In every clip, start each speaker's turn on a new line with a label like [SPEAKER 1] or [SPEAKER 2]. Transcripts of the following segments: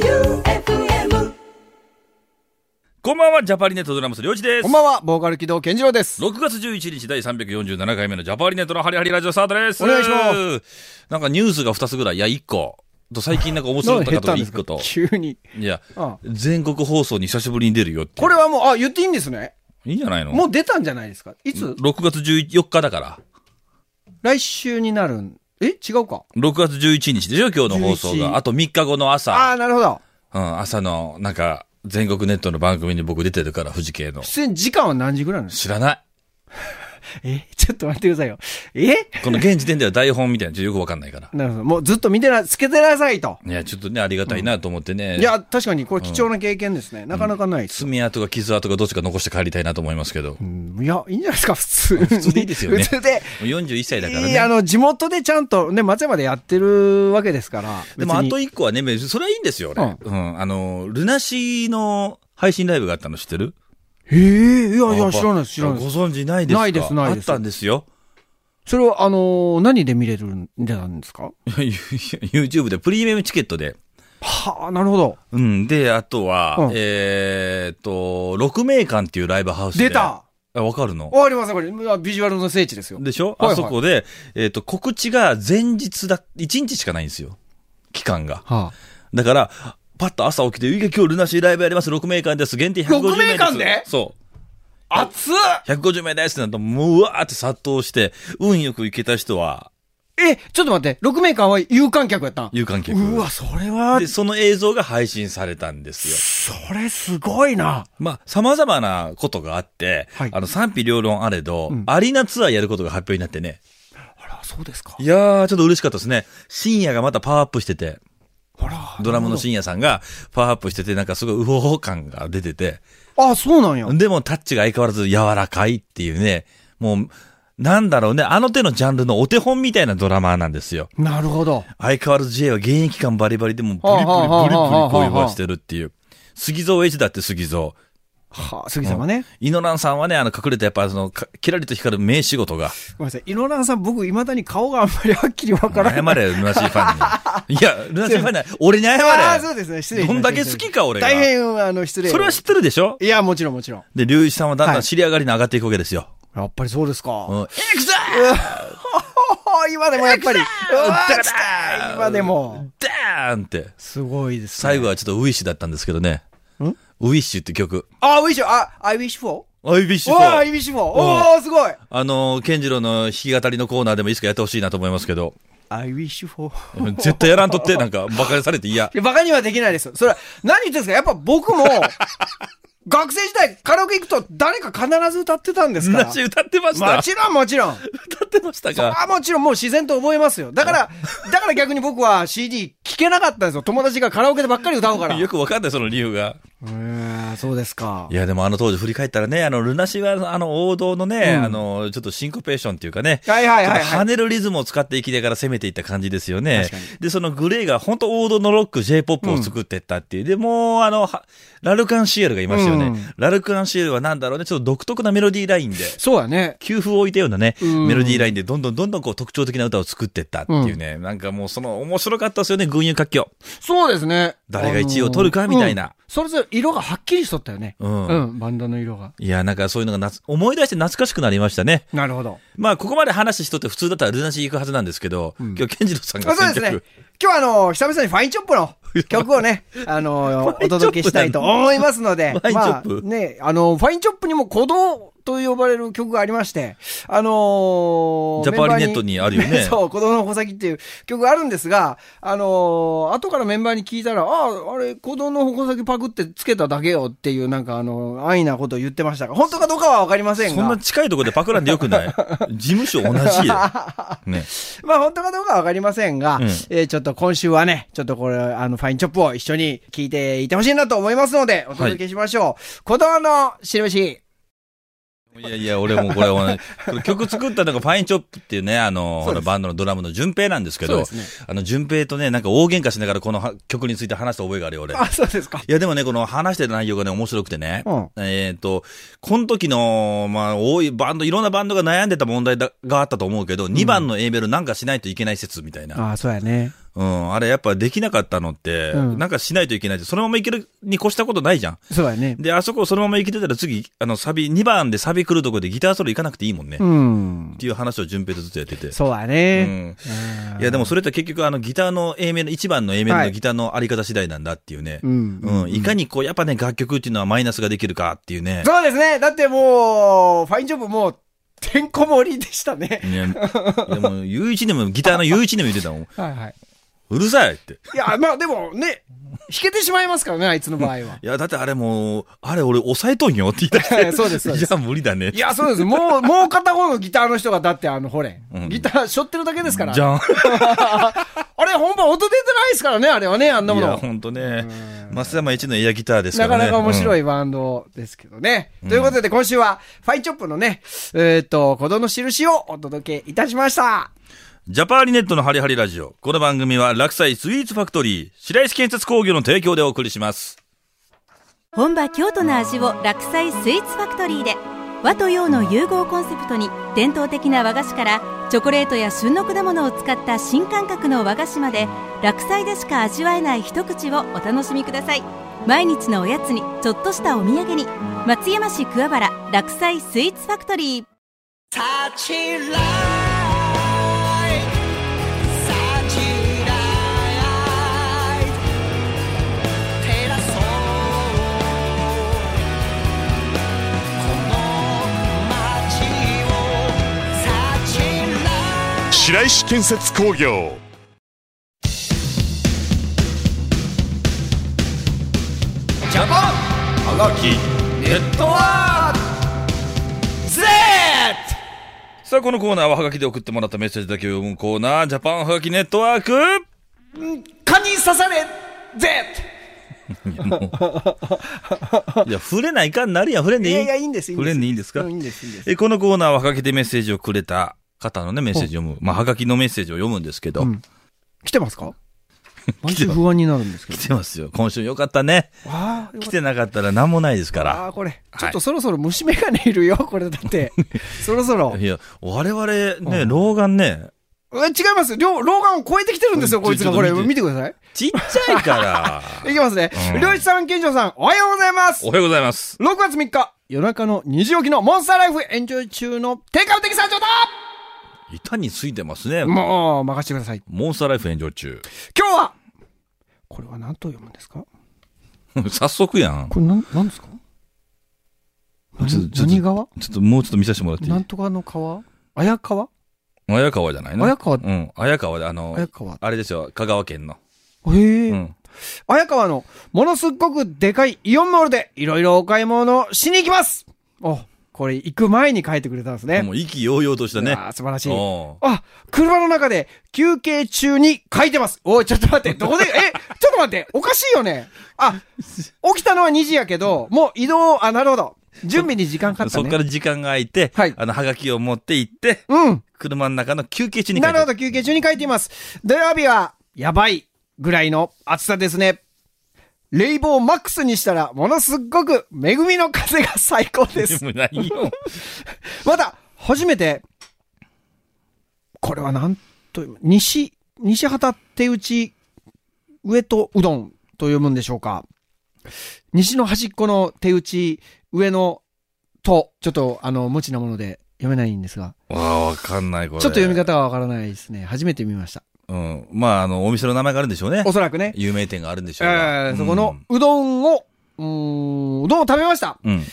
[SPEAKER 1] J-O-E-U-F-M
[SPEAKER 2] こんばんは、ジャパリネットドラムス、りょうちです。
[SPEAKER 3] こんばんは、ボーカル起動健次郎です。
[SPEAKER 2] 6月11日第347回目のジャパリネットのハリハリラジオスタートです。。
[SPEAKER 3] お願いします
[SPEAKER 2] なんかニュースが2つぐらい、いや、1個。と最近なんか面白かったこと1個と。
[SPEAKER 3] 急に。
[SPEAKER 2] いや、
[SPEAKER 3] あ
[SPEAKER 2] 全国放送に久しぶりに出るよって。
[SPEAKER 3] これはもう、あ、言っていいんですね。
[SPEAKER 2] いいんじゃないの
[SPEAKER 3] もう出たんじゃないですか。いつ
[SPEAKER 2] ?6 月14日だから。
[SPEAKER 3] 来週になるんえ違うか。
[SPEAKER 2] 6月11日でしょ今日の放送
[SPEAKER 3] 11
[SPEAKER 2] が。あと3日後の
[SPEAKER 3] あ
[SPEAKER 2] 朝。
[SPEAKER 3] あ、なるほど。
[SPEAKER 2] うん、朝の、なんか、全国ネットの番組に僕出てるから、富士系の。
[SPEAKER 3] 出演時間は何時ぐらいなんですか
[SPEAKER 2] 知らない。
[SPEAKER 3] えちょっと待ってくださいよ。え
[SPEAKER 2] この現時点では台本みたいな、ちょっとよくわかんないから。
[SPEAKER 3] なるほど。もうずっと見てな、つけてなさいと。
[SPEAKER 2] いや、ちょっとね、ありがたいなと思ってね。
[SPEAKER 3] いや、確かにこれ貴重な経験ですね。なかなかないです。
[SPEAKER 2] 爪痕か傷跡かどっちか残して帰りたいなと思います けど。も
[SPEAKER 3] うんいや、いいんじゃないですか、普通。普
[SPEAKER 2] 通でいいですよね
[SPEAKER 3] 普通で。
[SPEAKER 2] う41歳だから
[SPEAKER 3] いいあ
[SPEAKER 2] ね。
[SPEAKER 3] の、地元でちゃんとね、松山でやってるわけですから。
[SPEAKER 2] でもあ
[SPEAKER 3] 別に
[SPEAKER 2] と一個はね、別にそれはいいんですよ、俺。うん。あの、ルナシーの配信ライブがあったの知ってる
[SPEAKER 3] ええいやい
[SPEAKER 2] あ
[SPEAKER 3] や、知らないです、知らない
[SPEAKER 2] ご
[SPEAKER 3] です。
[SPEAKER 2] 存知ないですか
[SPEAKER 3] ないですないです
[SPEAKER 2] あったんですよ。
[SPEAKER 3] それは、あのー何で見れるんでなんですか
[SPEAKER 2] いやいや YouTube でプレミアムチケットで。
[SPEAKER 3] はあ、なるほど。
[SPEAKER 2] うん。で、あとは、
[SPEAKER 3] うん
[SPEAKER 2] えーっと、六名館っていうライブハウスで。
[SPEAKER 3] 出た
[SPEAKER 2] あわかるの
[SPEAKER 3] 終わりますこれ。うわビジュアルの聖地ですよ。
[SPEAKER 2] でしょ、
[SPEAKER 3] はいはい
[SPEAKER 2] あそこで、えーっと、告知が前日だ、1日しかないんですよ。期間が。
[SPEAKER 3] はあ、
[SPEAKER 2] だから、パッと朝起きて、いや今日ルナシーライブやります、6名間です、限定150名です。
[SPEAKER 3] 6名間で
[SPEAKER 2] そう。
[SPEAKER 3] 熱っ
[SPEAKER 2] 150名ですってなると、もううわーって殺到して、運よく行けた人は、
[SPEAKER 3] え、ちょっと待って、6名間は有観客やったん
[SPEAKER 2] 有観客。
[SPEAKER 3] うわ、それは
[SPEAKER 2] で、、その映像が配信されたんですよ。
[SPEAKER 3] それすごいな。
[SPEAKER 2] まあ、様々なことがあって、
[SPEAKER 3] はい
[SPEAKER 2] あの、賛否両論あれど、
[SPEAKER 3] ん
[SPEAKER 2] アリーナツアーやることが発表になってね。
[SPEAKER 3] あら、そうですか
[SPEAKER 2] いやー、ちょっと嬉しかったですね。深夜がまたパワーアップしてて、
[SPEAKER 3] あら。
[SPEAKER 2] ドラムの深夜さんがパワーアップしてて、なんかすごいウホホ感が出てて、
[SPEAKER 3] あ、そうなんや。
[SPEAKER 2] でもタッチが相変わらず柔らかいっていうね、もう、なんだろうね、あの手のジャンルのお手本みたいなドラマーなんですよ。
[SPEAKER 3] なるほど。
[SPEAKER 2] 相変わらず J は現役感バリバリでもうブリブリブ
[SPEAKER 3] はあはあ
[SPEAKER 2] リブ
[SPEAKER 3] はあは
[SPEAKER 2] リ
[SPEAKER 3] あ
[SPEAKER 2] 恋はしてるっていう。杉蔵エイジだって杉蔵。
[SPEAKER 3] はあ、杉さんはね。
[SPEAKER 2] イノランさんはね、あの隠れたやっぱその、かキラリと光る名仕事が、
[SPEAKER 3] ごめんなさい。井上さん、僕、未だに顔があんまりはっきりわからない。
[SPEAKER 2] 謝れよ、ルナシーファ ンに。いや、ルナシーファンには、俺に謝れ。
[SPEAKER 3] ああ、そうですね。失礼しました
[SPEAKER 2] どんだけ好きか俺が
[SPEAKER 3] 大変、あの、失礼。
[SPEAKER 2] それは知ってるでしょ
[SPEAKER 3] いや、もちろんもちろん。
[SPEAKER 2] で、龍一さんはだんだ
[SPEAKER 3] は
[SPEAKER 2] ん
[SPEAKER 3] い
[SPEAKER 2] 知り上がりに上がっていくわけですよ。
[SPEAKER 3] やっぱりそうですか。
[SPEAKER 2] うん。
[SPEAKER 3] おー 今でもやっぱり、うわー来た今でも。
[SPEAKER 2] ダーンって。
[SPEAKER 3] すごいです、
[SPEAKER 2] 最後はちょっとウィッシュだったんですけどね。
[SPEAKER 3] ん
[SPEAKER 2] ウィッシュって曲。
[SPEAKER 3] あ、ウィッシュ、あ、I wish for?
[SPEAKER 2] あ、ウィッシ
[SPEAKER 3] お
[SPEAKER 2] ュ
[SPEAKER 3] ー、I
[SPEAKER 2] 4。
[SPEAKER 3] wish for! おー、すごい
[SPEAKER 2] あのー、ケンジローの弾き語りのコーナーでもいつかやってほしいなと思いますけ ど。
[SPEAKER 3] I wish for.
[SPEAKER 2] 絶対やらんとって、なんか、馬鹿にされて 嫌。
[SPEAKER 3] バカにはできないです。それは、何言ってんですかやっぱ僕 も、学生時代カラオケ行くと誰か必ず歌ってたんですから
[SPEAKER 2] な。し歌 ってました。
[SPEAKER 3] もちろんもちろん。
[SPEAKER 2] 歌ってましたか。
[SPEAKER 3] あもちろんもう自然と覚えますよ。だから、だから逆に僕は CD 聴けなかったんですよ。友達がカラオケでばっかり歌うから。
[SPEAKER 2] よくわかんない、その理由が。
[SPEAKER 3] えー、そうですか
[SPEAKER 2] い。や、でもあの当時振り返ったらね、あの、ルナシは、あの、王道のね、あの、ちょっとシンコペーションっていうかね、
[SPEAKER 3] はいはいはい、
[SPEAKER 2] ちょっと
[SPEAKER 3] は
[SPEAKER 2] 跳
[SPEAKER 3] い。
[SPEAKER 2] ねるリズムを使っていきながら攻めていった感じですよね
[SPEAKER 3] 確かに。
[SPEAKER 2] で、そのグレーが本当王道のロック、J-POP を作っていったっていう。で、もう、あの、はラルカンシエルがいましたよね。
[SPEAKER 3] うん
[SPEAKER 2] ラルカンシエルはなんだろうね、ちょっと独特なメロディーラインで。
[SPEAKER 3] そうやね。
[SPEAKER 2] 給付を置いたようなね、
[SPEAKER 3] うん
[SPEAKER 2] メロディーラインでどんどんどんどんこう特徴的な歌を作っていったっていうね、なんかもうその面白かったですよね、群雄割拠。
[SPEAKER 3] そうですね。
[SPEAKER 2] 誰が一位を取るかみたいな
[SPEAKER 3] うんそれぞれ色がはっきりしとったよね。
[SPEAKER 2] うん
[SPEAKER 3] うん、バンドの色が。
[SPEAKER 2] いや、なんかそういうのがなつ思い出して懐かしくなりましたね。
[SPEAKER 3] なるほど。
[SPEAKER 2] まあ、ここまで話しとって普通だったらルナシー行くはずなんですけど、今日、ケンジロさんが
[SPEAKER 3] あそ
[SPEAKER 2] 選
[SPEAKER 3] うです
[SPEAKER 2] 曲、
[SPEAKER 3] ね。今日はあの、久々にファインチョッ プの曲をね、あの、お届けしたいと思いますので、
[SPEAKER 2] ファインチョップ
[SPEAKER 3] まあ、ね、あの、ファインチョップにも鼓動と呼ばれる曲がありまして、あのー
[SPEAKER 2] ジャパリネットにあるよね
[SPEAKER 3] そう、鼓動の穂先っていう曲があるんですが、あのー後からメンバーに聞いたら、ああ、あれ、鼓動の穂先パクってつけただけよっていう、なんかあの、安易なことを言ってましたが、本当かどうかはわかりません
[SPEAKER 2] そんな
[SPEAKER 3] が、
[SPEAKER 2] 近いところでパクらんでよくない 事務所同じや。ね。
[SPEAKER 3] まあ本当かどうかはわかりませんが、
[SPEAKER 2] うん
[SPEAKER 3] えーちょっと今週はね、ちょっとこれ、あの、ファインチョップを一緒に聞いていてほしいなと思いますので、お届けしましょう。鼓動のしるべし。
[SPEAKER 2] いやいや、俺もこれ、俺これ曲作ったのがファインチョップっていうね、あの、
[SPEAKER 3] そ
[SPEAKER 2] ほ
[SPEAKER 3] う
[SPEAKER 2] ら
[SPEAKER 3] です
[SPEAKER 2] バンドのドラムの順平なんですけど、
[SPEAKER 3] そうです
[SPEAKER 2] あの、順平とね、なんか大喧嘩しながらこのは曲について話した覚えがあるよ、俺。
[SPEAKER 3] あ、そうですか。
[SPEAKER 2] いや、でもね、この話してる内容がね、面白くてね。
[SPEAKER 3] うん
[SPEAKER 2] えっ、と、この時の、まあ、多いバンド、いろんなバンドが悩んでた問題だがあったと思うけど、2番の A メロなんかしないといけない説みたいな。
[SPEAKER 3] あ、そうやね。
[SPEAKER 2] うん、あれやっぱできなかったのって、
[SPEAKER 3] うん
[SPEAKER 2] なんかしないといけないって、そのままいけるに越したことないじゃん。
[SPEAKER 3] そうやね。
[SPEAKER 2] で、あそこをそのまま生きてたら次、あの、サビ、2番でサビ来るとこでギターソロ行かなくていいもんね。
[SPEAKER 3] う
[SPEAKER 2] っ
[SPEAKER 3] ん。
[SPEAKER 2] ていう話を順平とずっとやってて。
[SPEAKER 3] そう
[SPEAKER 2] う
[SPEAKER 3] やね。
[SPEAKER 2] ん。
[SPEAKER 3] うん
[SPEAKER 2] いや、でもそれって結局あの、ギターの A 面の、1番の A 面
[SPEAKER 3] は
[SPEAKER 2] の
[SPEAKER 3] い
[SPEAKER 2] ギターのあり方次第なんだっていうね。
[SPEAKER 3] うん
[SPEAKER 2] うん。いかにこう、やっぱね、楽曲っていうのはマイナスができるかっていうね。
[SPEAKER 3] そうですね。だってもう、ファインジョブもう、てんこ盛りでしたね。
[SPEAKER 2] ね、いやもう、ゆういちでも、ギターのゆういちでも言ってたもん。
[SPEAKER 3] はいはい。
[SPEAKER 2] うるさいって。
[SPEAKER 3] いや、まあでもね、弾けてしまいますからね、あいつの場合は。
[SPEAKER 2] いや、だってあれもう、あれ俺抑えとんよって言い出し
[SPEAKER 3] はい
[SPEAKER 2] て。
[SPEAKER 3] そうですそうです
[SPEAKER 2] いや、無理だね。
[SPEAKER 3] いや、そうです。もう、もう片方のギターの人が、だってあの、ほれ
[SPEAKER 2] うん、
[SPEAKER 3] ギター背負ってるだけですから。
[SPEAKER 2] じゃん。
[SPEAKER 3] あれ、本番音出てないですからね、あれはね、あんないも
[SPEAKER 2] や、
[SPEAKER 3] の。
[SPEAKER 2] ほんとね。増山一のエアギターですか
[SPEAKER 3] な
[SPEAKER 2] ら
[SPEAKER 3] か
[SPEAKER 2] ね。
[SPEAKER 3] なか面
[SPEAKER 2] うん
[SPEAKER 3] 白いバンドですけどね。ということで、今週は、ファイチョップのね、えっ、と、子供の印をお届けいたしました。
[SPEAKER 2] ジャパーリネットのハリハリラジオ。この番組は落栽スイーツファクトリー、白石建設工業の提供でお送りします。
[SPEAKER 4] 本場京都の味を落菜スイーツファクトリーで和と洋の融合コンセプトに伝統的な和菓子からチョコレートや旬の果物を使った新感覚の和菓子まで落菜でしか味わえない一口をお楽しみください毎日のおやつにちょっとしたお土産に松山市桑原落菜スイーツファクトリー
[SPEAKER 5] 白石建設工業
[SPEAKER 2] ジャパンはがきネットワークさあ、このコーナーははがきで送ってもらったメッセージだけを読むコーナー、ジャパンはがきネットワーク
[SPEAKER 3] 蚊に刺され、ぜ
[SPEAKER 2] いや、触れないかんなるやん。触れんでいい
[SPEAKER 3] いやいや、いいんです、いいん
[SPEAKER 2] 触
[SPEAKER 3] で
[SPEAKER 2] れ
[SPEAKER 3] す。
[SPEAKER 2] んでいいんですか
[SPEAKER 3] うんいいんです、いいんです。
[SPEAKER 2] えこのコーナーははがきでメッセージをくれた方のね、メッセージを読む。まあ、はがきのメッセージを読むんですけど、
[SPEAKER 3] うん来てま すか毎
[SPEAKER 2] てます
[SPEAKER 3] 週不安になるんですけど
[SPEAKER 2] 来。てますよ。今週よかったね。
[SPEAKER 3] ああ、よか
[SPEAKER 2] 来
[SPEAKER 3] って
[SPEAKER 2] なかったら何もないですか
[SPEAKER 3] た。
[SPEAKER 2] ら。
[SPEAKER 3] ああー、これ。ちょっとそろそろ虫眼鏡いるよ、これだ って。そろそろ。
[SPEAKER 2] いや、我々ね、老眼ね、
[SPEAKER 3] え違います。両、老眼を超えてきてるんですよ、
[SPEAKER 2] うん
[SPEAKER 3] こいつが。
[SPEAKER 2] ちょ
[SPEAKER 3] これ、
[SPEAKER 2] ちょっと
[SPEAKER 3] 見
[SPEAKER 2] 見
[SPEAKER 3] てください。
[SPEAKER 2] ちっちゃいから。
[SPEAKER 3] いきますね
[SPEAKER 2] うん。
[SPEAKER 3] りょうちさん、健常さ ん、おはようございます。
[SPEAKER 2] おはようございます。
[SPEAKER 3] 6月3日、夜中の2時起きのモンスターライフエンジョイ中の定価的参上だ
[SPEAKER 2] 板についてますね。
[SPEAKER 3] もう、任せてください。
[SPEAKER 2] モンスターライフ炎上中。
[SPEAKER 3] 今日は、これは何と読むんですか
[SPEAKER 2] 早速やん。
[SPEAKER 3] これ何、何ですか
[SPEAKER 2] ちょっ
[SPEAKER 3] 何
[SPEAKER 2] と
[SPEAKER 3] 何川
[SPEAKER 2] ちょっともうちょっと見させてもらってい
[SPEAKER 3] なん
[SPEAKER 2] い
[SPEAKER 3] とかの川綾川
[SPEAKER 2] 綾川じゃないの
[SPEAKER 3] 綾川
[SPEAKER 2] うん。綾川で、あの、
[SPEAKER 3] 綾川。
[SPEAKER 2] あれですよ、香川県の。
[SPEAKER 3] へえ、
[SPEAKER 2] うん。
[SPEAKER 3] 綾川の、ものすっごくでかいイオンモールで、いろいろお買い物しに行きますお、これ行く前に書いてくれたんですね。
[SPEAKER 2] もう意気揚々としたね。
[SPEAKER 3] ああ、素晴らしい。
[SPEAKER 2] おう
[SPEAKER 3] あ、車の中で休憩中に書いてます。おい、ちょっと待 って、どこで、え、ちょっと待って、おかしいよね。あ、起きたのは2時やけど、もう移動、あ、なるほど。準備に時間かかった
[SPEAKER 2] そ
[SPEAKER 3] ね。
[SPEAKER 2] っから時間が空いて、
[SPEAKER 3] はい
[SPEAKER 2] あの、はがきを持って行って、
[SPEAKER 3] うん。
[SPEAKER 2] 車の中の休憩中に帰っ
[SPEAKER 3] な
[SPEAKER 2] て
[SPEAKER 3] るほど、休憩中に書いています。土曜日は、やばいぐらいの暑さですね。冷房マックスにしたら、ものすっごく恵みの風が最高です。
[SPEAKER 2] もないよ。
[SPEAKER 3] また、初めて、これはなんという、西、西畑手打ち、上とうどんと読むんでしょうか。西の端っこの手打ち、上のと、ちょっとあの、無知なもので読めないんですが、
[SPEAKER 2] わあ、わかんない、これ。
[SPEAKER 3] ちょっと読み。方はわからないですね。初めて見ました。
[SPEAKER 2] うん。まあ、あの、お店の名前があるんでしょうね
[SPEAKER 3] お。そら くね。
[SPEAKER 2] 有名店があるんでし
[SPEAKER 3] え
[SPEAKER 2] ょうが
[SPEAKER 3] ーそこのうどんを、うーん、うどんを食べました。
[SPEAKER 2] うん。うん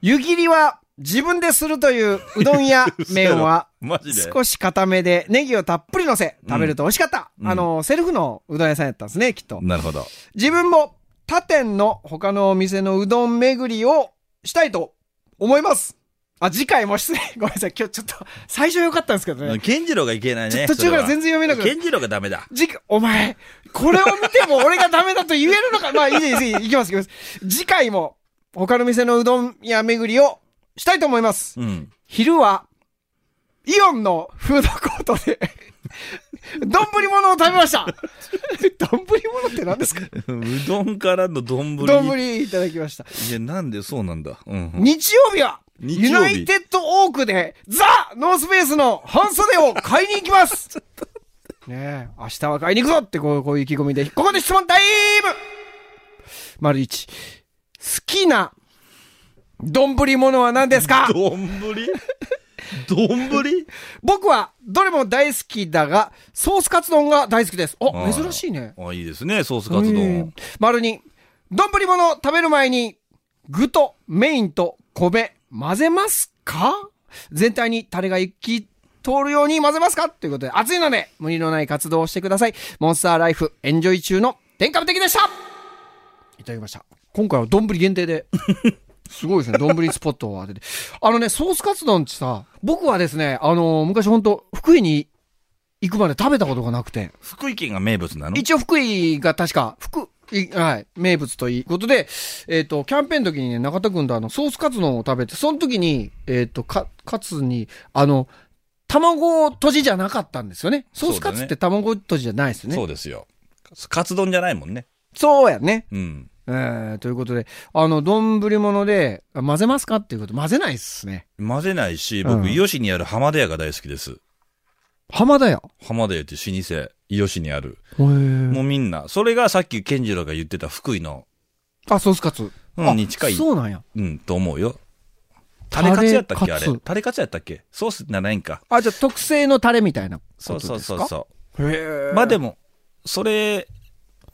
[SPEAKER 3] 湯切りは自分でするといううどん や麺は
[SPEAKER 2] マジで。
[SPEAKER 3] 少し固めでネギをたっぷり乗せ食べると美味しかった、
[SPEAKER 2] うん
[SPEAKER 3] あのセルフのうどん屋さんやったんですねきっと
[SPEAKER 2] なるほど。
[SPEAKER 3] 自分も他店の他のお店のうどん巡りをしたいと思いますあ次回も失礼 ごめんなさい今日ちょっと最初良かったんですけどね
[SPEAKER 2] ケンジロがいけないね。
[SPEAKER 3] 途中から全然読めなくな
[SPEAKER 2] ケ
[SPEAKER 3] る
[SPEAKER 2] ンジロがダメだ。
[SPEAKER 3] 次回お前これを見ても俺がダメだと言えるのかまあいいですいいですいきますいきます次回も他の店のうどん屋巡りをしたいと思います
[SPEAKER 2] うん。
[SPEAKER 3] 昼は、イオンのフードコート で、丼物を食べました 丼物って何 ですか
[SPEAKER 2] うどんからの丼。い
[SPEAKER 3] 丼いただきました。
[SPEAKER 2] や、なんでそうなんだ。うん。
[SPEAKER 3] 日曜日は、
[SPEAKER 2] 日
[SPEAKER 3] ユ
[SPEAKER 2] 曜
[SPEAKER 3] ナ
[SPEAKER 2] 日
[SPEAKER 3] イ テッドオークで、ザ・ノースペースの半袖を買いに行きますねえ、明日は買いに行くぞってこうこういう意気込みで、ここで質問タイム丸一、好きな丼物は何ですか
[SPEAKER 2] どんぶりどんぶり
[SPEAKER 3] 僕はどれも大好きだが、ソースカツ丼が大好きです。
[SPEAKER 2] あ
[SPEAKER 3] お、
[SPEAKER 2] ー
[SPEAKER 3] 珍しいね。
[SPEAKER 2] あ、いいですね、ソースカツ丼。
[SPEAKER 3] えー。丸二、丼物を食べる前に、具とメインと米混ぜますか全体にタレが行き通るように混ぜますかということで、暑いので無理のない活動をしてください。モンスターライフエンジョイ中の天下無敵でしたいただきました。今回は丼限定で。すごいですね。丼スポットを当てて。あのね、ソースカツ丼ってさ、僕はですね、あのー昔ほんと、福井に行くまで食べたことがなくて。
[SPEAKER 2] 福井県が名物なの
[SPEAKER 3] 一応福井が確か、福井、はい、名物ということで、えっ、と、キャンペーンの時にね、中田君とあの、ソースカツ丼を食べて、その時に、えっ、と、か、カツに、あの、卵とじじゃなかったんですよね。ソースカツって卵とじじゃないですよね。そ,、
[SPEAKER 2] そううですよ。カツ丼じゃないもんね。
[SPEAKER 3] やね。
[SPEAKER 2] うん。
[SPEAKER 3] えー、ということで、あの、丼物で、あ混ぜますかっていうこと、混ぜないっすね。
[SPEAKER 2] 混ぜないし、
[SPEAKER 3] う
[SPEAKER 2] 僕、
[SPEAKER 3] ん
[SPEAKER 2] 伊予市にある浜田屋が大好きです。
[SPEAKER 3] 浜田屋。
[SPEAKER 2] 浜田屋っていう老舗、伊予市にある。
[SPEAKER 3] へー
[SPEAKER 2] もうみんな、それがさっき健次郎が言ってた福井の、
[SPEAKER 3] あ、ソースカツ。
[SPEAKER 2] うん
[SPEAKER 3] あ
[SPEAKER 2] に近い
[SPEAKER 3] そうなんや。
[SPEAKER 2] うん、と思うよ。タレカツやったっけ
[SPEAKER 3] タ
[SPEAKER 2] あ
[SPEAKER 3] レカ
[SPEAKER 2] れ
[SPEAKER 3] ツ。
[SPEAKER 2] タレカツやったっけソースじゃないんか。
[SPEAKER 3] あ、じゃあ特製のタレみたいなこと
[SPEAKER 2] そ
[SPEAKER 3] で
[SPEAKER 2] う
[SPEAKER 3] す
[SPEAKER 2] そ
[SPEAKER 3] か。
[SPEAKER 2] うそうそう。
[SPEAKER 3] へー
[SPEAKER 2] まあでも、それ、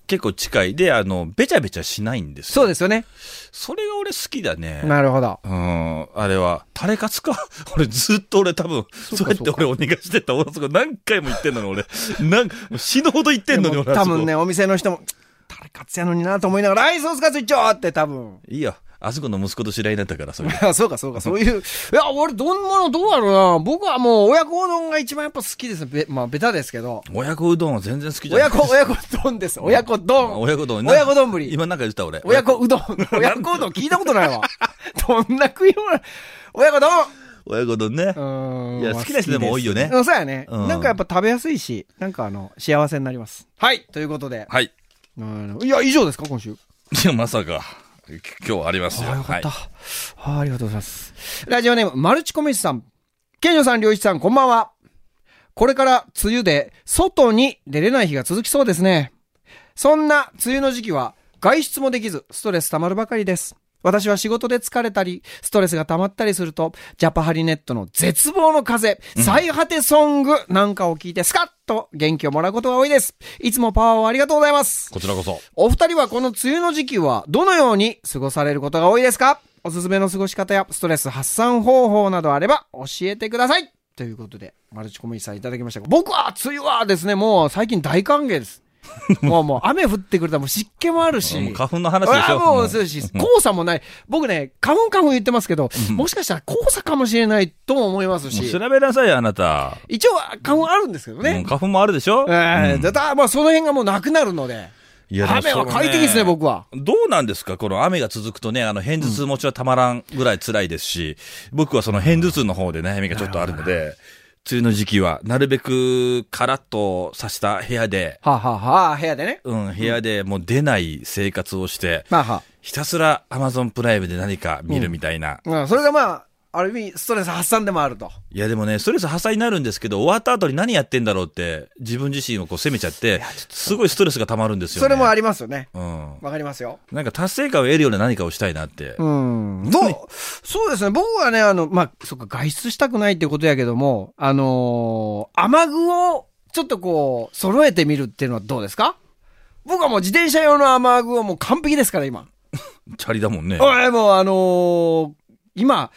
[SPEAKER 2] 結構近い。で、あの、べちゃべちゃしないんです
[SPEAKER 3] そう
[SPEAKER 2] で
[SPEAKER 3] ですよね。
[SPEAKER 2] す。それが俺好きだね。
[SPEAKER 3] なるほど。
[SPEAKER 2] うん、あれは、タレカツか 俺ずっと俺多分、
[SPEAKER 3] うか
[SPEAKER 2] そうやって俺お願いしてた。俺あそこ何回も言ってんのに俺、なんかもう死ぬほど言ってんのに
[SPEAKER 3] でも
[SPEAKER 2] 俺あ
[SPEAKER 3] 多
[SPEAKER 2] そこ
[SPEAKER 3] 分ね、お店の人も、タレカツやのになと思いながら、ライソースカツ一丁って多分。
[SPEAKER 2] いいよ。あそこの息子と知り合いになったから、それ。
[SPEAKER 3] あそうか そうか、そういう。いや、俺、どんものどうやろうな。僕はもう、親子丼が一番やっぱ好きです。べまあ、ベタですけど。
[SPEAKER 2] 親子うどんは全然好きじゃない。
[SPEAKER 3] 親子、 親子丼です。親子丼。
[SPEAKER 2] 親子丼。
[SPEAKER 3] 親子丼ぶり。
[SPEAKER 2] 今なんか言った俺。
[SPEAKER 3] 親 子うどん。親子うどん聞いたことないわ。 どんな食い物親子丼
[SPEAKER 2] 親子丼ね
[SPEAKER 3] う。ーん
[SPEAKER 2] いや
[SPEAKER 3] まあ
[SPEAKER 2] 好きな人でも多いよね
[SPEAKER 3] 好きですうんそうやね。
[SPEAKER 2] うん
[SPEAKER 3] なんかやっぱ食べやすいし、なんかあの、幸せになります。はい。ということで。
[SPEAKER 2] はい。
[SPEAKER 3] うんいや、以上ですか、今週。
[SPEAKER 2] いや、まさか、き今日はありますよ。
[SPEAKER 3] ああ、よかった。
[SPEAKER 2] はい
[SPEAKER 3] ああ、ありがとうございます。ラジオネーム、マルチコメシさん。ケンジョさん、りょういちさん、こんばんは。これから梅雨で、外に出れない日が続きそうですね。そんな梅雨の時期は、外出もできず、ストレス溜まるばかりです。私は仕事で疲れたり、ストレスが溜まったりすると、ジャパハリネットの絶望の風、最果てソングなんかを聞いて、スカッと元気をもらうことが多いです。いつもパワーをありがとうございます。
[SPEAKER 2] こちらこそ。
[SPEAKER 3] お二人はこの梅雨の時期はどのように過ごされることが多いですかおすすめの過ごし方やストレス発散方法などあれば教えてくださいということで、マルチコミさんいただきましたが僕は梅雨はですね、もう最近大歓 迎です。もうもう雨降ってくれたらもう湿気もあるし。
[SPEAKER 2] もう花粉の話でしょ。
[SPEAKER 3] 俺はも
[SPEAKER 2] も
[SPEAKER 3] う
[SPEAKER 2] う
[SPEAKER 3] そうし、黄砂もない。僕ね、花粉花粉言ってますけど、もしかしたら黄砂かもしれないとも思います
[SPEAKER 2] もう
[SPEAKER 3] し、
[SPEAKER 2] 調べなさいよ、あなた。
[SPEAKER 3] 一応は花粉あるんですけど
[SPEAKER 2] うん
[SPEAKER 3] ね。
[SPEAKER 2] 花粉もあるでしょ
[SPEAKER 3] えーだからまあその辺がもうなくなるので、
[SPEAKER 2] いやでも
[SPEAKER 3] 雨は快適ですね、
[SPEAKER 2] その
[SPEAKER 3] 僕は。
[SPEAKER 2] どうなんですかこの雨が続くとね、あの、片頭痛持ちはたまらんぐらい辛いですし、僕はその片頭痛の方で悩みがちょっとあるので、梅雨の時期は、なるべくカラッとさした部屋で、
[SPEAKER 3] はあ、はあはあ、部屋でね。
[SPEAKER 2] うん、部屋でもう出ない生活をして、
[SPEAKER 3] まあは
[SPEAKER 2] ひたすら Amazon プライムで何か見るみたいな。
[SPEAKER 3] あ、うん、それがまあ、ある意味、ストレス発散でもあると。
[SPEAKER 2] いやでもね、ストレス破産になるんですけど、終わった後に何やってんだろうって、自分自身をこう責めちゃって、すごいストレスが溜まるんですよね。
[SPEAKER 3] それもあ
[SPEAKER 2] り。
[SPEAKER 3] りますよね。
[SPEAKER 2] うん。
[SPEAKER 3] わかりますよ。
[SPEAKER 2] なんか達成感を得るような何かをしたいなって。
[SPEAKER 3] うん。どう
[SPEAKER 2] ね
[SPEAKER 3] そうですね。僕はね、あの、まあ、そっか、外出したくないってことやけども、あのー雨具を、ちょっとこう、揃えてみるっていうのはどうですか僕はもう自転車用の雨具はもう完璧ですから、今。
[SPEAKER 2] チャリだもんね。
[SPEAKER 3] おい、もうあのー今、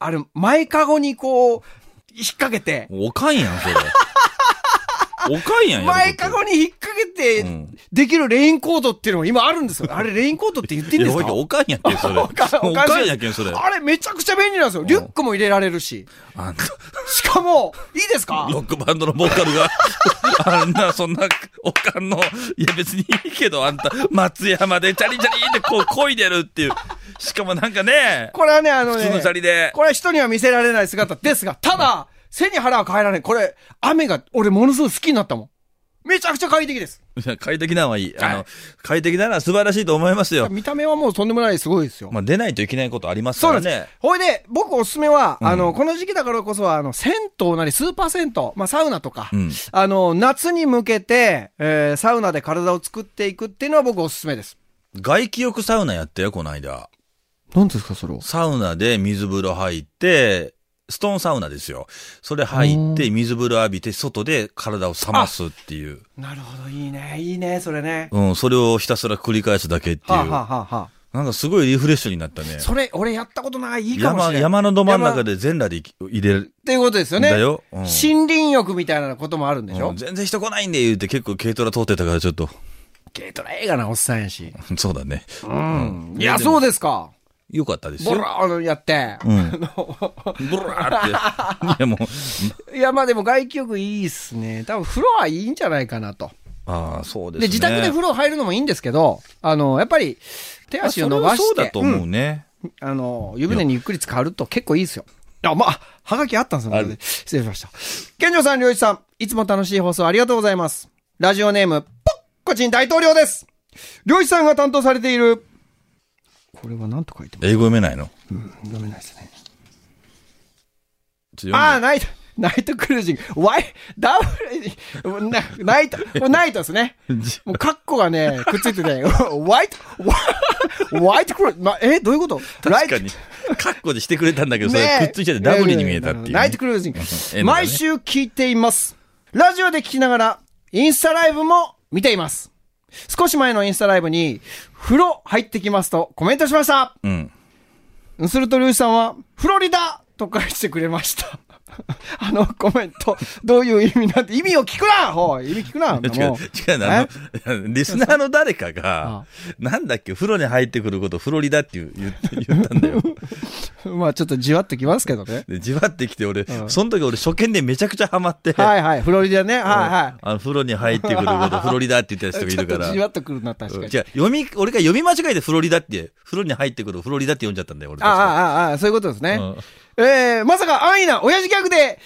[SPEAKER 3] あれ、前かごにこう、引っ掛けて、
[SPEAKER 2] おかんやん、そ れ。おかんやん、
[SPEAKER 3] 前か
[SPEAKER 2] っ
[SPEAKER 3] ごに引っ掛けて、
[SPEAKER 2] うん
[SPEAKER 3] できるレインコートっていうのが今あるんですよ。あれ、レインコートって言っていいんですか
[SPEAKER 2] おかんやんけ、それ。お
[SPEAKER 3] かんおかん
[SPEAKER 2] かんやんけ、それ。
[SPEAKER 3] あれ、めちゃくちゃ便利なんですよ。リュックも入れられるし。
[SPEAKER 2] あんた
[SPEAKER 3] しかも、いいですか
[SPEAKER 2] ロックバンドのボーカルが、 あんな、そんな、おかんの、いや別にいいけど、あんた、松山でチャリチャリってこう、漕いでるっていう。しかもなんかね、
[SPEAKER 3] これはね、あの
[SPEAKER 2] 普通の
[SPEAKER 3] ね
[SPEAKER 2] チ、ャリで。
[SPEAKER 3] これは人には見せられない姿ですが、ただ、背に腹は変えられない。これ、雨が、俺ものすごい好きになったもん。めちゃくちゃ快適です。
[SPEAKER 2] 快適なのはいい。あの、快適なのは素晴らしいと思いますよ。
[SPEAKER 3] 見た目はもうとんでもないすごいですよ。
[SPEAKER 2] まあ、出ないといけないことあります
[SPEAKER 3] そ
[SPEAKER 2] か
[SPEAKER 3] うな
[SPEAKER 2] ら
[SPEAKER 3] んです
[SPEAKER 2] ね。。
[SPEAKER 3] ほいで、僕おすすめは、
[SPEAKER 2] うん
[SPEAKER 3] あの、この時期だからこそ、あの、銭湯なり、スーパー銭湯、まあ、サウナとか、
[SPEAKER 2] うん
[SPEAKER 3] あの、夏に向けて、えーサウナで体を作っていくっていうのは僕おすすめです。
[SPEAKER 2] 外気浴サウナやったよ、この間。
[SPEAKER 3] 何ですか、それを。
[SPEAKER 2] サウナで水風呂入って、ストーンサウナですよ。それ入って、水風呂浴びて、外で体を冷ますっていう。
[SPEAKER 3] なるほど、いいね、いいね、それね。
[SPEAKER 2] うん、それをひたすら繰り返すだけっていう。
[SPEAKER 3] はあ、はあはあは
[SPEAKER 2] なんかすごいリフレッシュになったね
[SPEAKER 3] あ、。それ、俺やったことない、いいかもしれ
[SPEAKER 2] 山、
[SPEAKER 3] ない。
[SPEAKER 2] 山のど真ん中
[SPEAKER 3] で。
[SPEAKER 2] で全裸で入れる。
[SPEAKER 3] っていうことですよね。
[SPEAKER 2] だようん
[SPEAKER 3] 森林浴みたいなこともあるんでしょ、
[SPEAKER 2] うん全然人来ないんで言うて結構軽トラ通ってたからちょっと。
[SPEAKER 3] 軽トラ映画なおっさんやし。
[SPEAKER 2] そうだね。
[SPEAKER 3] うん。いや、そうですか。
[SPEAKER 2] よかったです
[SPEAKER 3] ボ
[SPEAKER 2] よ。
[SPEAKER 3] ラーのやって。
[SPEAKER 2] ブラーって。いやもう、
[SPEAKER 3] いや、まあでも外気浴いいっすね。多分風呂はいいんじゃないかなと。
[SPEAKER 2] ああ、そうですね。
[SPEAKER 3] で、自宅で風呂入るのもいいんですけど、あの、やっぱり手足を伸ば
[SPEAKER 2] あそ
[SPEAKER 3] し
[SPEAKER 2] れはそうだ
[SPEAKER 3] て、
[SPEAKER 2] と思う
[SPEAKER 3] うん
[SPEAKER 2] ね。
[SPEAKER 3] あの、湯船にゆっくり浸かると結構いいですよ。あ、まあ、はがきあったんです
[SPEAKER 2] あ
[SPEAKER 3] ね
[SPEAKER 2] る。
[SPEAKER 3] 失礼しました。健常さん、良一さん、いつも楽しい放送ありがとうございます。ラジオネーム、ポッコチン大統領です良一さんが担当されている、これは何と書いても
[SPEAKER 2] 英語読めないの。
[SPEAKER 3] 読めないですね。
[SPEAKER 2] ちょっと読んで
[SPEAKER 3] ああ、ナイト、ナイトクルージング。ワイ、ダブル、 なナイト、もうナイトです ね。もうカッコがね、くっついて て、ワイト、ワイトクルー、ま、え、どういうこと
[SPEAKER 2] 確かに。カッコでしてくれたんだけど、それ
[SPEAKER 3] ねえ
[SPEAKER 2] くっついちゃってダブルに見えたっていうね。
[SPEAKER 3] ナイトクルージン
[SPEAKER 2] うん
[SPEAKER 3] グ。毎週聞いています。ラジオで聞きながら、インスタライブも見ています。少し前のインスタライブに、風呂入ってきますとコメントしました。
[SPEAKER 2] うん。
[SPEAKER 3] すると、漁師さんは、フロリダと返してくれました。 あのコメント、どういう意味なんて、意味を聞くなほい、意味聞くな
[SPEAKER 2] 違う
[SPEAKER 3] も、
[SPEAKER 2] 違うな、あの、リスナーの誰かが
[SPEAKER 3] あ、
[SPEAKER 2] なんだっけ、風呂に入ってくること、フロリダっていう言う言ったんだ よ。
[SPEAKER 3] うまあちょっとじわっときますけど
[SPEAKER 2] 。
[SPEAKER 3] ね
[SPEAKER 2] で、じわってきて俺、その時俺初見でめちゃくちゃハマって、
[SPEAKER 3] はいはい、フロリダね。は
[SPEAKER 2] あの、風呂に入ってくること、フロリダって言っ
[SPEAKER 3] い
[SPEAKER 2] た
[SPEAKER 3] は
[SPEAKER 2] 人
[SPEAKER 3] い。
[SPEAKER 2] がい
[SPEAKER 3] ちょ
[SPEAKER 2] る
[SPEAKER 3] っ
[SPEAKER 2] か
[SPEAKER 3] と
[SPEAKER 2] ら。
[SPEAKER 3] じわっとくるな、確かに
[SPEAKER 2] じ。ゃあ読み、俺が読み間違えてフロリダって、風呂に入ってくるフロリダって読んじゃったんだよ、俺
[SPEAKER 3] あ
[SPEAKER 2] たち
[SPEAKER 3] あ、
[SPEAKER 2] が。
[SPEAKER 3] ああ、ああ、そういうことですね。
[SPEAKER 2] うん
[SPEAKER 3] えー、まさか安易な親父ギャグで、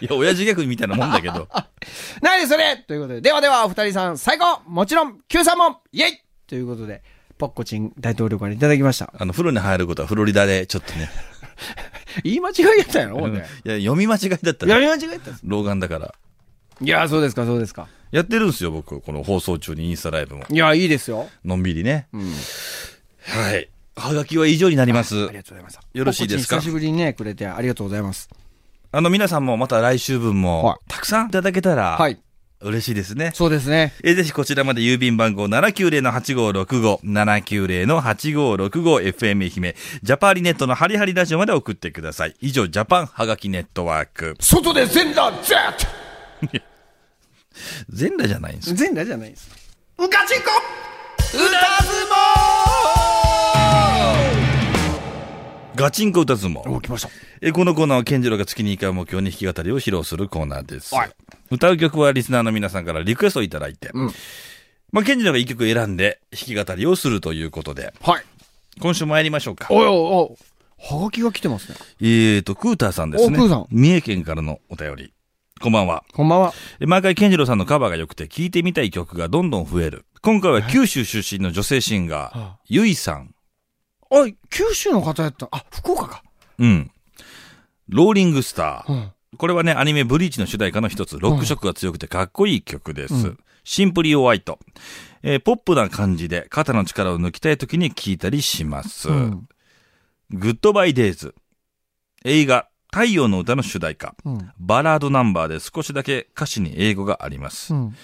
[SPEAKER 2] いや、親父ギャグみたいなもんだけど。
[SPEAKER 3] ないですよねということで、ではでは、お二人さん、最高もちろん、Q さんもイェイということで、ポッコチン大統領からいただきました。
[SPEAKER 2] あの、風呂に入ることはフロリダで、ちょっとね。
[SPEAKER 3] 言い間違いやったんやろ、ほ
[SPEAKER 2] うんんい
[SPEAKER 3] で
[SPEAKER 2] や、読み間違いだった
[SPEAKER 3] や
[SPEAKER 2] ね
[SPEAKER 3] り間違えたんです
[SPEAKER 2] 老眼だから。
[SPEAKER 3] いや、そうですか、そうですか。
[SPEAKER 2] やってるんですよ、僕。この放送中にインスタライブも。
[SPEAKER 3] いや、いいですよ。
[SPEAKER 2] のんびりね。はい。はがきは以上になります
[SPEAKER 3] あり。がとうございました。
[SPEAKER 2] よろしいですか
[SPEAKER 3] ポッコチン久しぶりにね、くれてありがとうございます。
[SPEAKER 2] あの、皆さんもまた来週分
[SPEAKER 3] はい
[SPEAKER 2] も、たくさんいただけた
[SPEAKER 3] は
[SPEAKER 2] ら、
[SPEAKER 3] い。
[SPEAKER 2] 嬉しいですね。
[SPEAKER 3] そうですね。
[SPEAKER 2] えーぜひこちらまで郵便番号790-8565、790-8565、FM 愛媛、ジャパーリネットのハリハリラジオまで送ってください。以上、ジャパンはがきネットワーク。
[SPEAKER 3] 外で全裸 Z!
[SPEAKER 2] 全裸じゃないんですか
[SPEAKER 3] 全裸じゃないです。うかちんこ
[SPEAKER 2] ガチンコ歌相
[SPEAKER 3] お、
[SPEAKER 2] 撲。
[SPEAKER 3] 来ました。
[SPEAKER 2] えーこのコーナーは健次郎が月に1回目標に弾き語りを披露するコーナーです
[SPEAKER 3] はい。
[SPEAKER 2] 歌う曲はリスナーの皆さんからリクエストをいただいて、まあ、健次郎が1曲選んで弾き語りをするということで、
[SPEAKER 3] はい。
[SPEAKER 2] 今週参りましょうか。
[SPEAKER 3] おいおいおいはがきが来てますね。
[SPEAKER 2] えーと、クーターさんですね。
[SPEAKER 3] おクーさん
[SPEAKER 2] 三重県からのお便り。こんばんは。
[SPEAKER 3] こんばんは。
[SPEAKER 2] え毎回健次郎さんのカバーが良くて聴いてみたい曲がどんどん増える。今回は九州出身の女性シンガー、ゆいさん。
[SPEAKER 3] おい、九州の方やった。あ、福岡か。
[SPEAKER 2] うん。ローリングスター。
[SPEAKER 3] ん
[SPEAKER 2] これはね、アニメブリーチの主題歌の一つ、ロック色が強くてかっこいい曲です。シンプリーホワイト。えーポップな感じで肩の力を抜きたい時に聴いたりします。
[SPEAKER 3] うん。
[SPEAKER 2] グッドバイデイズ。映画、太陽の歌の主題歌。
[SPEAKER 3] うん。
[SPEAKER 2] バラードナンバーで少しだけ歌詞に英語があります。
[SPEAKER 3] うん。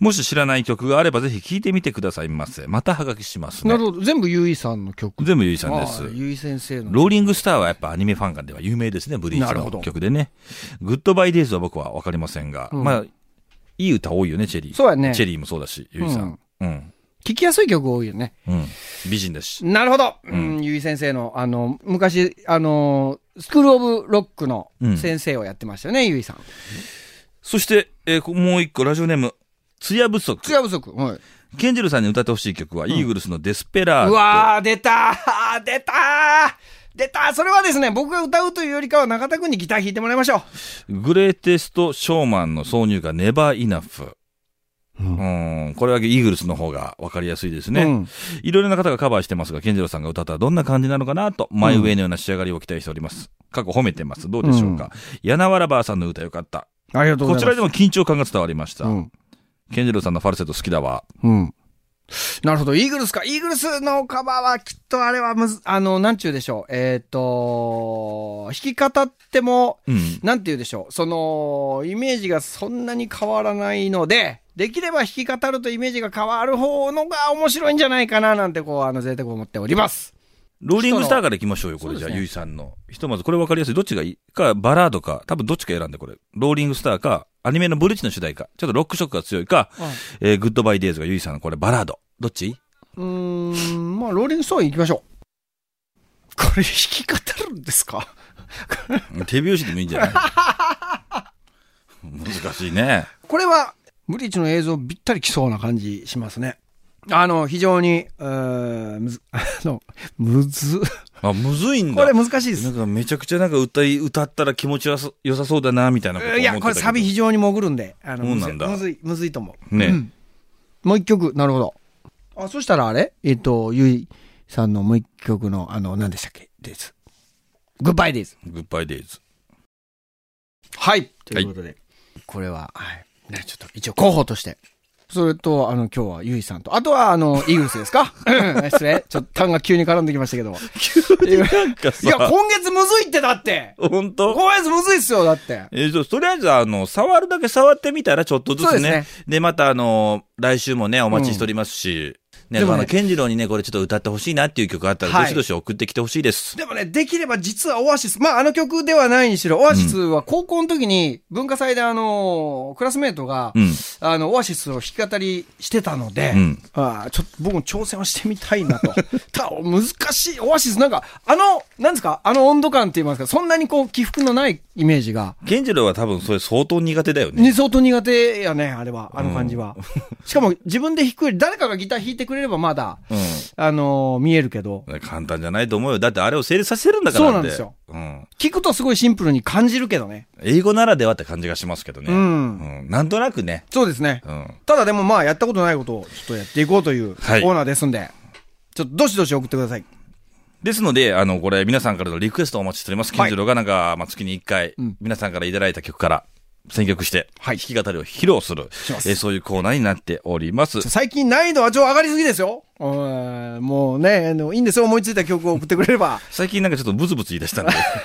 [SPEAKER 2] もし知らない曲があればぜひ聴いてみてくださいませ。またハガキしますね。
[SPEAKER 3] なるほど。全部ゆいさんの曲。
[SPEAKER 2] 全部ゆいさんで
[SPEAKER 3] ああ
[SPEAKER 2] す。
[SPEAKER 3] ゆい先生の。
[SPEAKER 2] ローリングスターはやっぱアニメファン間では有名ですね、ブリーチ
[SPEAKER 3] なるほど
[SPEAKER 2] の曲でね。グッドバイデイズは僕はわかりませんが、
[SPEAKER 3] うん
[SPEAKER 2] まあ、いい歌多いよね、チェリー。
[SPEAKER 3] そうやね
[SPEAKER 2] チェリーもそうだし、ゆいさん。うん。
[SPEAKER 3] 聞きやすい曲多いよね。
[SPEAKER 2] うん。美人だし。
[SPEAKER 3] なるほど。う
[SPEAKER 2] うん
[SPEAKER 3] ん、ゆい先生の、あの、昔、あの、スクールオブロックの
[SPEAKER 2] うん
[SPEAKER 3] 先生をやってましたよね、ゆいさん。
[SPEAKER 2] そして、えーこもう一個、ラジオネーム、ツヤ不足。
[SPEAKER 3] つや不足。はい。
[SPEAKER 2] ケンジルさんに歌ってほしい曲は、イーグルスのデスペラー
[SPEAKER 3] う
[SPEAKER 2] ド。
[SPEAKER 3] わー、出たー出たー出たーそれはですね、僕が歌うというよりかは中田くんにギター弾いてもらいましょう。
[SPEAKER 2] グレーテスト・ショーマンの挿入歌、ネバー・イナフ。うん、これはイーグルスの方が分かりやすいですね。
[SPEAKER 3] うん
[SPEAKER 2] いろいろな方がカバーしてますが、健次郎さんが歌ったらどんな感じなのかなと、マイウェイのような仕上がりを期待しております。過去褒めてます。どうでしょうか。柳原ばあさんの歌よかった。
[SPEAKER 3] ありがとうご
[SPEAKER 2] こ
[SPEAKER 3] ざ
[SPEAKER 2] ち
[SPEAKER 3] いま
[SPEAKER 2] ら
[SPEAKER 3] す。
[SPEAKER 2] でも緊張感が伝わりました。
[SPEAKER 3] うん。
[SPEAKER 2] 健次郎さんのファルセット好きだわ。
[SPEAKER 3] うん。なるほど。イーグルスか。イーグルスのカバーはきっとあれはむず、あの、なんちゅうでしょう。えっ、と、弾き方っても、
[SPEAKER 2] うん。
[SPEAKER 3] なんて言うでしょう。その、イメージがそんなに変わらないので、できれば弾き語るとイメージが変わる方のが面白いんじゃないかななんてこう、あの、贅沢を思っております。
[SPEAKER 2] ローリングスターから行きましょうよ、これじゃあ、
[SPEAKER 3] そうですね
[SPEAKER 2] ゆいさんの。ひとまずこれ分かりやすい。どっちがいいか、バラードか、多分どっちか選んで、これ。ローリングスターか、アニメのブリッジの主題か、ちょっとロックショックが強いか、えーグッドバイデイズがゆいさんのこれバラード。どっち
[SPEAKER 3] うーん、まあ、ローリングストーン行きましょう。これ弾き語るんですか
[SPEAKER 2] 手拍子でもいいんじゃない 難しいね。
[SPEAKER 3] これは、ブリーチの映像ぴったり来そうな感じしますね。あの、非常に、うーんむず、 あの、むず、
[SPEAKER 2] あ、むずいんだ。
[SPEAKER 3] これ難しいで
[SPEAKER 2] な
[SPEAKER 3] す
[SPEAKER 2] ん。かめちゃくちゃなんか歌い、歌ったら気持ちよさ良さそうだな、みたいなこと思っ
[SPEAKER 3] い
[SPEAKER 2] てた
[SPEAKER 3] や、
[SPEAKER 2] けど
[SPEAKER 3] これサビ非常に潜るんで、あ
[SPEAKER 2] そ
[SPEAKER 3] の、
[SPEAKER 2] う
[SPEAKER 3] む
[SPEAKER 2] な
[SPEAKER 3] ず
[SPEAKER 2] んだ
[SPEAKER 3] むずい、むずいと思う。
[SPEAKER 2] ね、
[SPEAKER 3] うんもう一曲、なるほど。あ、そしたらあれえっ、と、ゆいさんのもう一曲の、あの、何でしたっけです。グッバイです。
[SPEAKER 2] グッバイデイ ズ。
[SPEAKER 3] はい。ということで、これは、はい。ね、ちょっと一応候補として。それと、あの、今日はゆいさんと、あとは、あの、 イーグルスですかうん失礼。ちょっと、単が急に絡んできましたけ ど。急に
[SPEAKER 2] なんか
[SPEAKER 3] いや、
[SPEAKER 2] さ、
[SPEAKER 3] 今月むずいってだって
[SPEAKER 2] 本当
[SPEAKER 3] 今月むずいっすよ、だって。
[SPEAKER 2] えーと、とりあえず、あの、触るだけ触ってみたら、ちょっとずつ
[SPEAKER 3] そ
[SPEAKER 2] ね。
[SPEAKER 3] う
[SPEAKER 2] で
[SPEAKER 3] です
[SPEAKER 2] また、あの、来週もね、お待ちしておりますし。ね、
[SPEAKER 3] でもね
[SPEAKER 2] あの、健次郎にね、これちょっと歌ってほしいなっていう曲あったら、
[SPEAKER 3] はい
[SPEAKER 2] どしどし送ってきてほしいです。
[SPEAKER 3] でもね、できれば実はオアシス、まああの曲ではないにしろ、オアシスは高校の時に文化祭であのークラスメートが、
[SPEAKER 2] うん
[SPEAKER 3] あの、オアシスを弾き語りしてたので、
[SPEAKER 2] うん
[SPEAKER 3] ああちょっと僕も挑戦をしてみたいなと。 ただ、難しい。オアシスなんか、あの、なんですか、あの温度感って言いますか、そんなにこう起伏のないイメージが、
[SPEAKER 2] 健次郎は多分、それ相当苦手だよね。
[SPEAKER 3] ね、相当苦手やね、あれは、あの感じは。しかも自分で弾くより、誰かがギター弾いてくれればまだ、
[SPEAKER 2] う
[SPEAKER 3] あのー見えるけど、
[SPEAKER 2] ん。簡単じゃないと思うよ。だって、あれを成立させるんだから
[SPEAKER 3] そうなんですよ。
[SPEAKER 2] うん。
[SPEAKER 3] 聞くとすごいシンプルに感じるけどね。
[SPEAKER 2] 英語ならではって感じがしますけどね。
[SPEAKER 3] うん
[SPEAKER 2] うなんとなくね。
[SPEAKER 3] そうですね。
[SPEAKER 2] うん。
[SPEAKER 3] ただでもまあやったことないことをちょっとやっていこうというコ
[SPEAKER 2] はい
[SPEAKER 3] ーナーですんで、ちょっとどしどし送ってください。
[SPEAKER 2] ですので、あの、これ、皆さんからのリクエストをお待ちしております。
[SPEAKER 3] はい
[SPEAKER 2] 健次郎がなんか、まあ、月に1回、皆さんからいただいた曲から選曲して、
[SPEAKER 3] はい
[SPEAKER 2] 弾き語りを披露する、
[SPEAKER 3] ます
[SPEAKER 2] えーそういうコーナーになっております。。
[SPEAKER 3] 最近難易度はちょっと上がりすぎですよ。うーんもうね、あのいいんですよ。思いついた曲を送ってくれれ ば
[SPEAKER 2] 最近なんかちょっとブツブツ言い出したんで、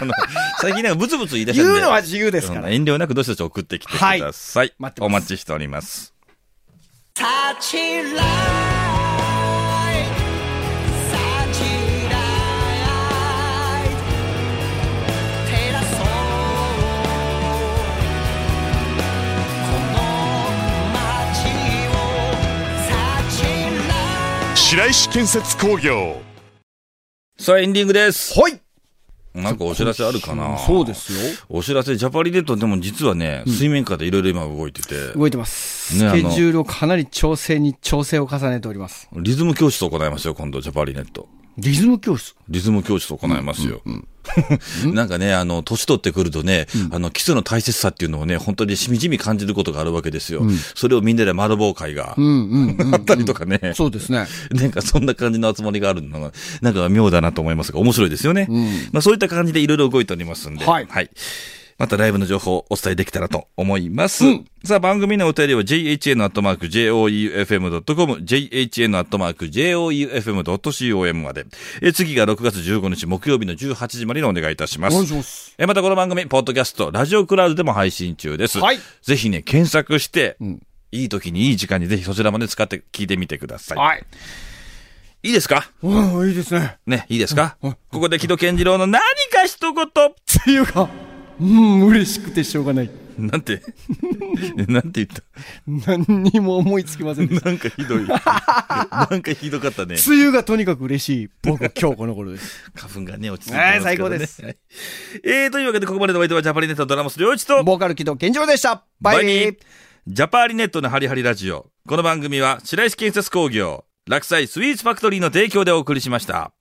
[SPEAKER 2] あの最近なんかブツブツ言い出したん
[SPEAKER 3] 言
[SPEAKER 2] で、
[SPEAKER 3] うのは自由ですから
[SPEAKER 2] うん。遠慮なくどしどし送ってきてください。
[SPEAKER 3] 待ってます
[SPEAKER 2] お待ちしております。
[SPEAKER 5] 白石建設工業
[SPEAKER 2] さあ、エンディングです。
[SPEAKER 3] はい
[SPEAKER 2] なんかお知らせあるかな
[SPEAKER 3] そうで。すよ。
[SPEAKER 2] お知らせ、ジャパリネットでも実はね、水面下でいろいろ今動いてて、
[SPEAKER 3] 動いてます。
[SPEAKER 2] ね
[SPEAKER 3] ス
[SPEAKER 2] あの
[SPEAKER 3] ケジュールをかなり調整に調整を重ねております。
[SPEAKER 2] リズム教室を行いますよ、今度、ジャパリネット。
[SPEAKER 3] リズム教室
[SPEAKER 2] リズム教室を行いますよ。 なんかね、あの、年取ってくるとね、あの、基礎の大切さっていうのをね、本当にしみじみ感じることがあるわけですよ。それをみんなで丸棒会が、
[SPEAKER 3] うんうん うん。
[SPEAKER 2] あったりとかね。
[SPEAKER 3] そうですね。
[SPEAKER 2] なんかそんな感じの集まりがあるのが、なんか妙だなと思いますが、面白いですよね。まあそういった感じでいろいろ動いておりますんで。
[SPEAKER 3] はい
[SPEAKER 2] またライブの情報をお伝えできたらと思います。さあ番組のお便りは jhn.joufm.com、jhn.joufm.com まで。え次が6月15日木曜日の18時までにお願いいたしま
[SPEAKER 3] お
[SPEAKER 2] す
[SPEAKER 3] 願いし。ます。
[SPEAKER 2] えまたこの番組、ポッドキャスト、ラジオクラウドでも配信中です。
[SPEAKER 3] はい
[SPEAKER 2] ぜひね、検索して、いい時にいい時間にぜひそちらまで使って聞いてみてください。
[SPEAKER 3] はい。
[SPEAKER 2] いいですか
[SPEAKER 3] うん、いいですね。
[SPEAKER 2] ね、いいですかここで木戸健次郎の何か一言
[SPEAKER 3] っていうか、うん、嬉しくてしょうがない。
[SPEAKER 2] なんて、 なんて言っ
[SPEAKER 3] 何にも思いつきませんでした
[SPEAKER 2] たなんかひ どい。なんかひどかっ たね。
[SPEAKER 3] 梅雨がとにかく嬉しい、僕、今日この頃 です。
[SPEAKER 2] 花粉がね、落ち着いて
[SPEAKER 3] はい
[SPEAKER 2] ますけどね
[SPEAKER 3] 最高です
[SPEAKER 2] はいえー、というわけでここまでのお相手はジャパリネットのドラマス両一と、
[SPEAKER 3] ボーカル起動、現状でした。バイビー。
[SPEAKER 2] ジャパーリネットのハリハリラジオ。この番組は白石建設工業、落栽スイーツファクトリーの提供でお送りしました。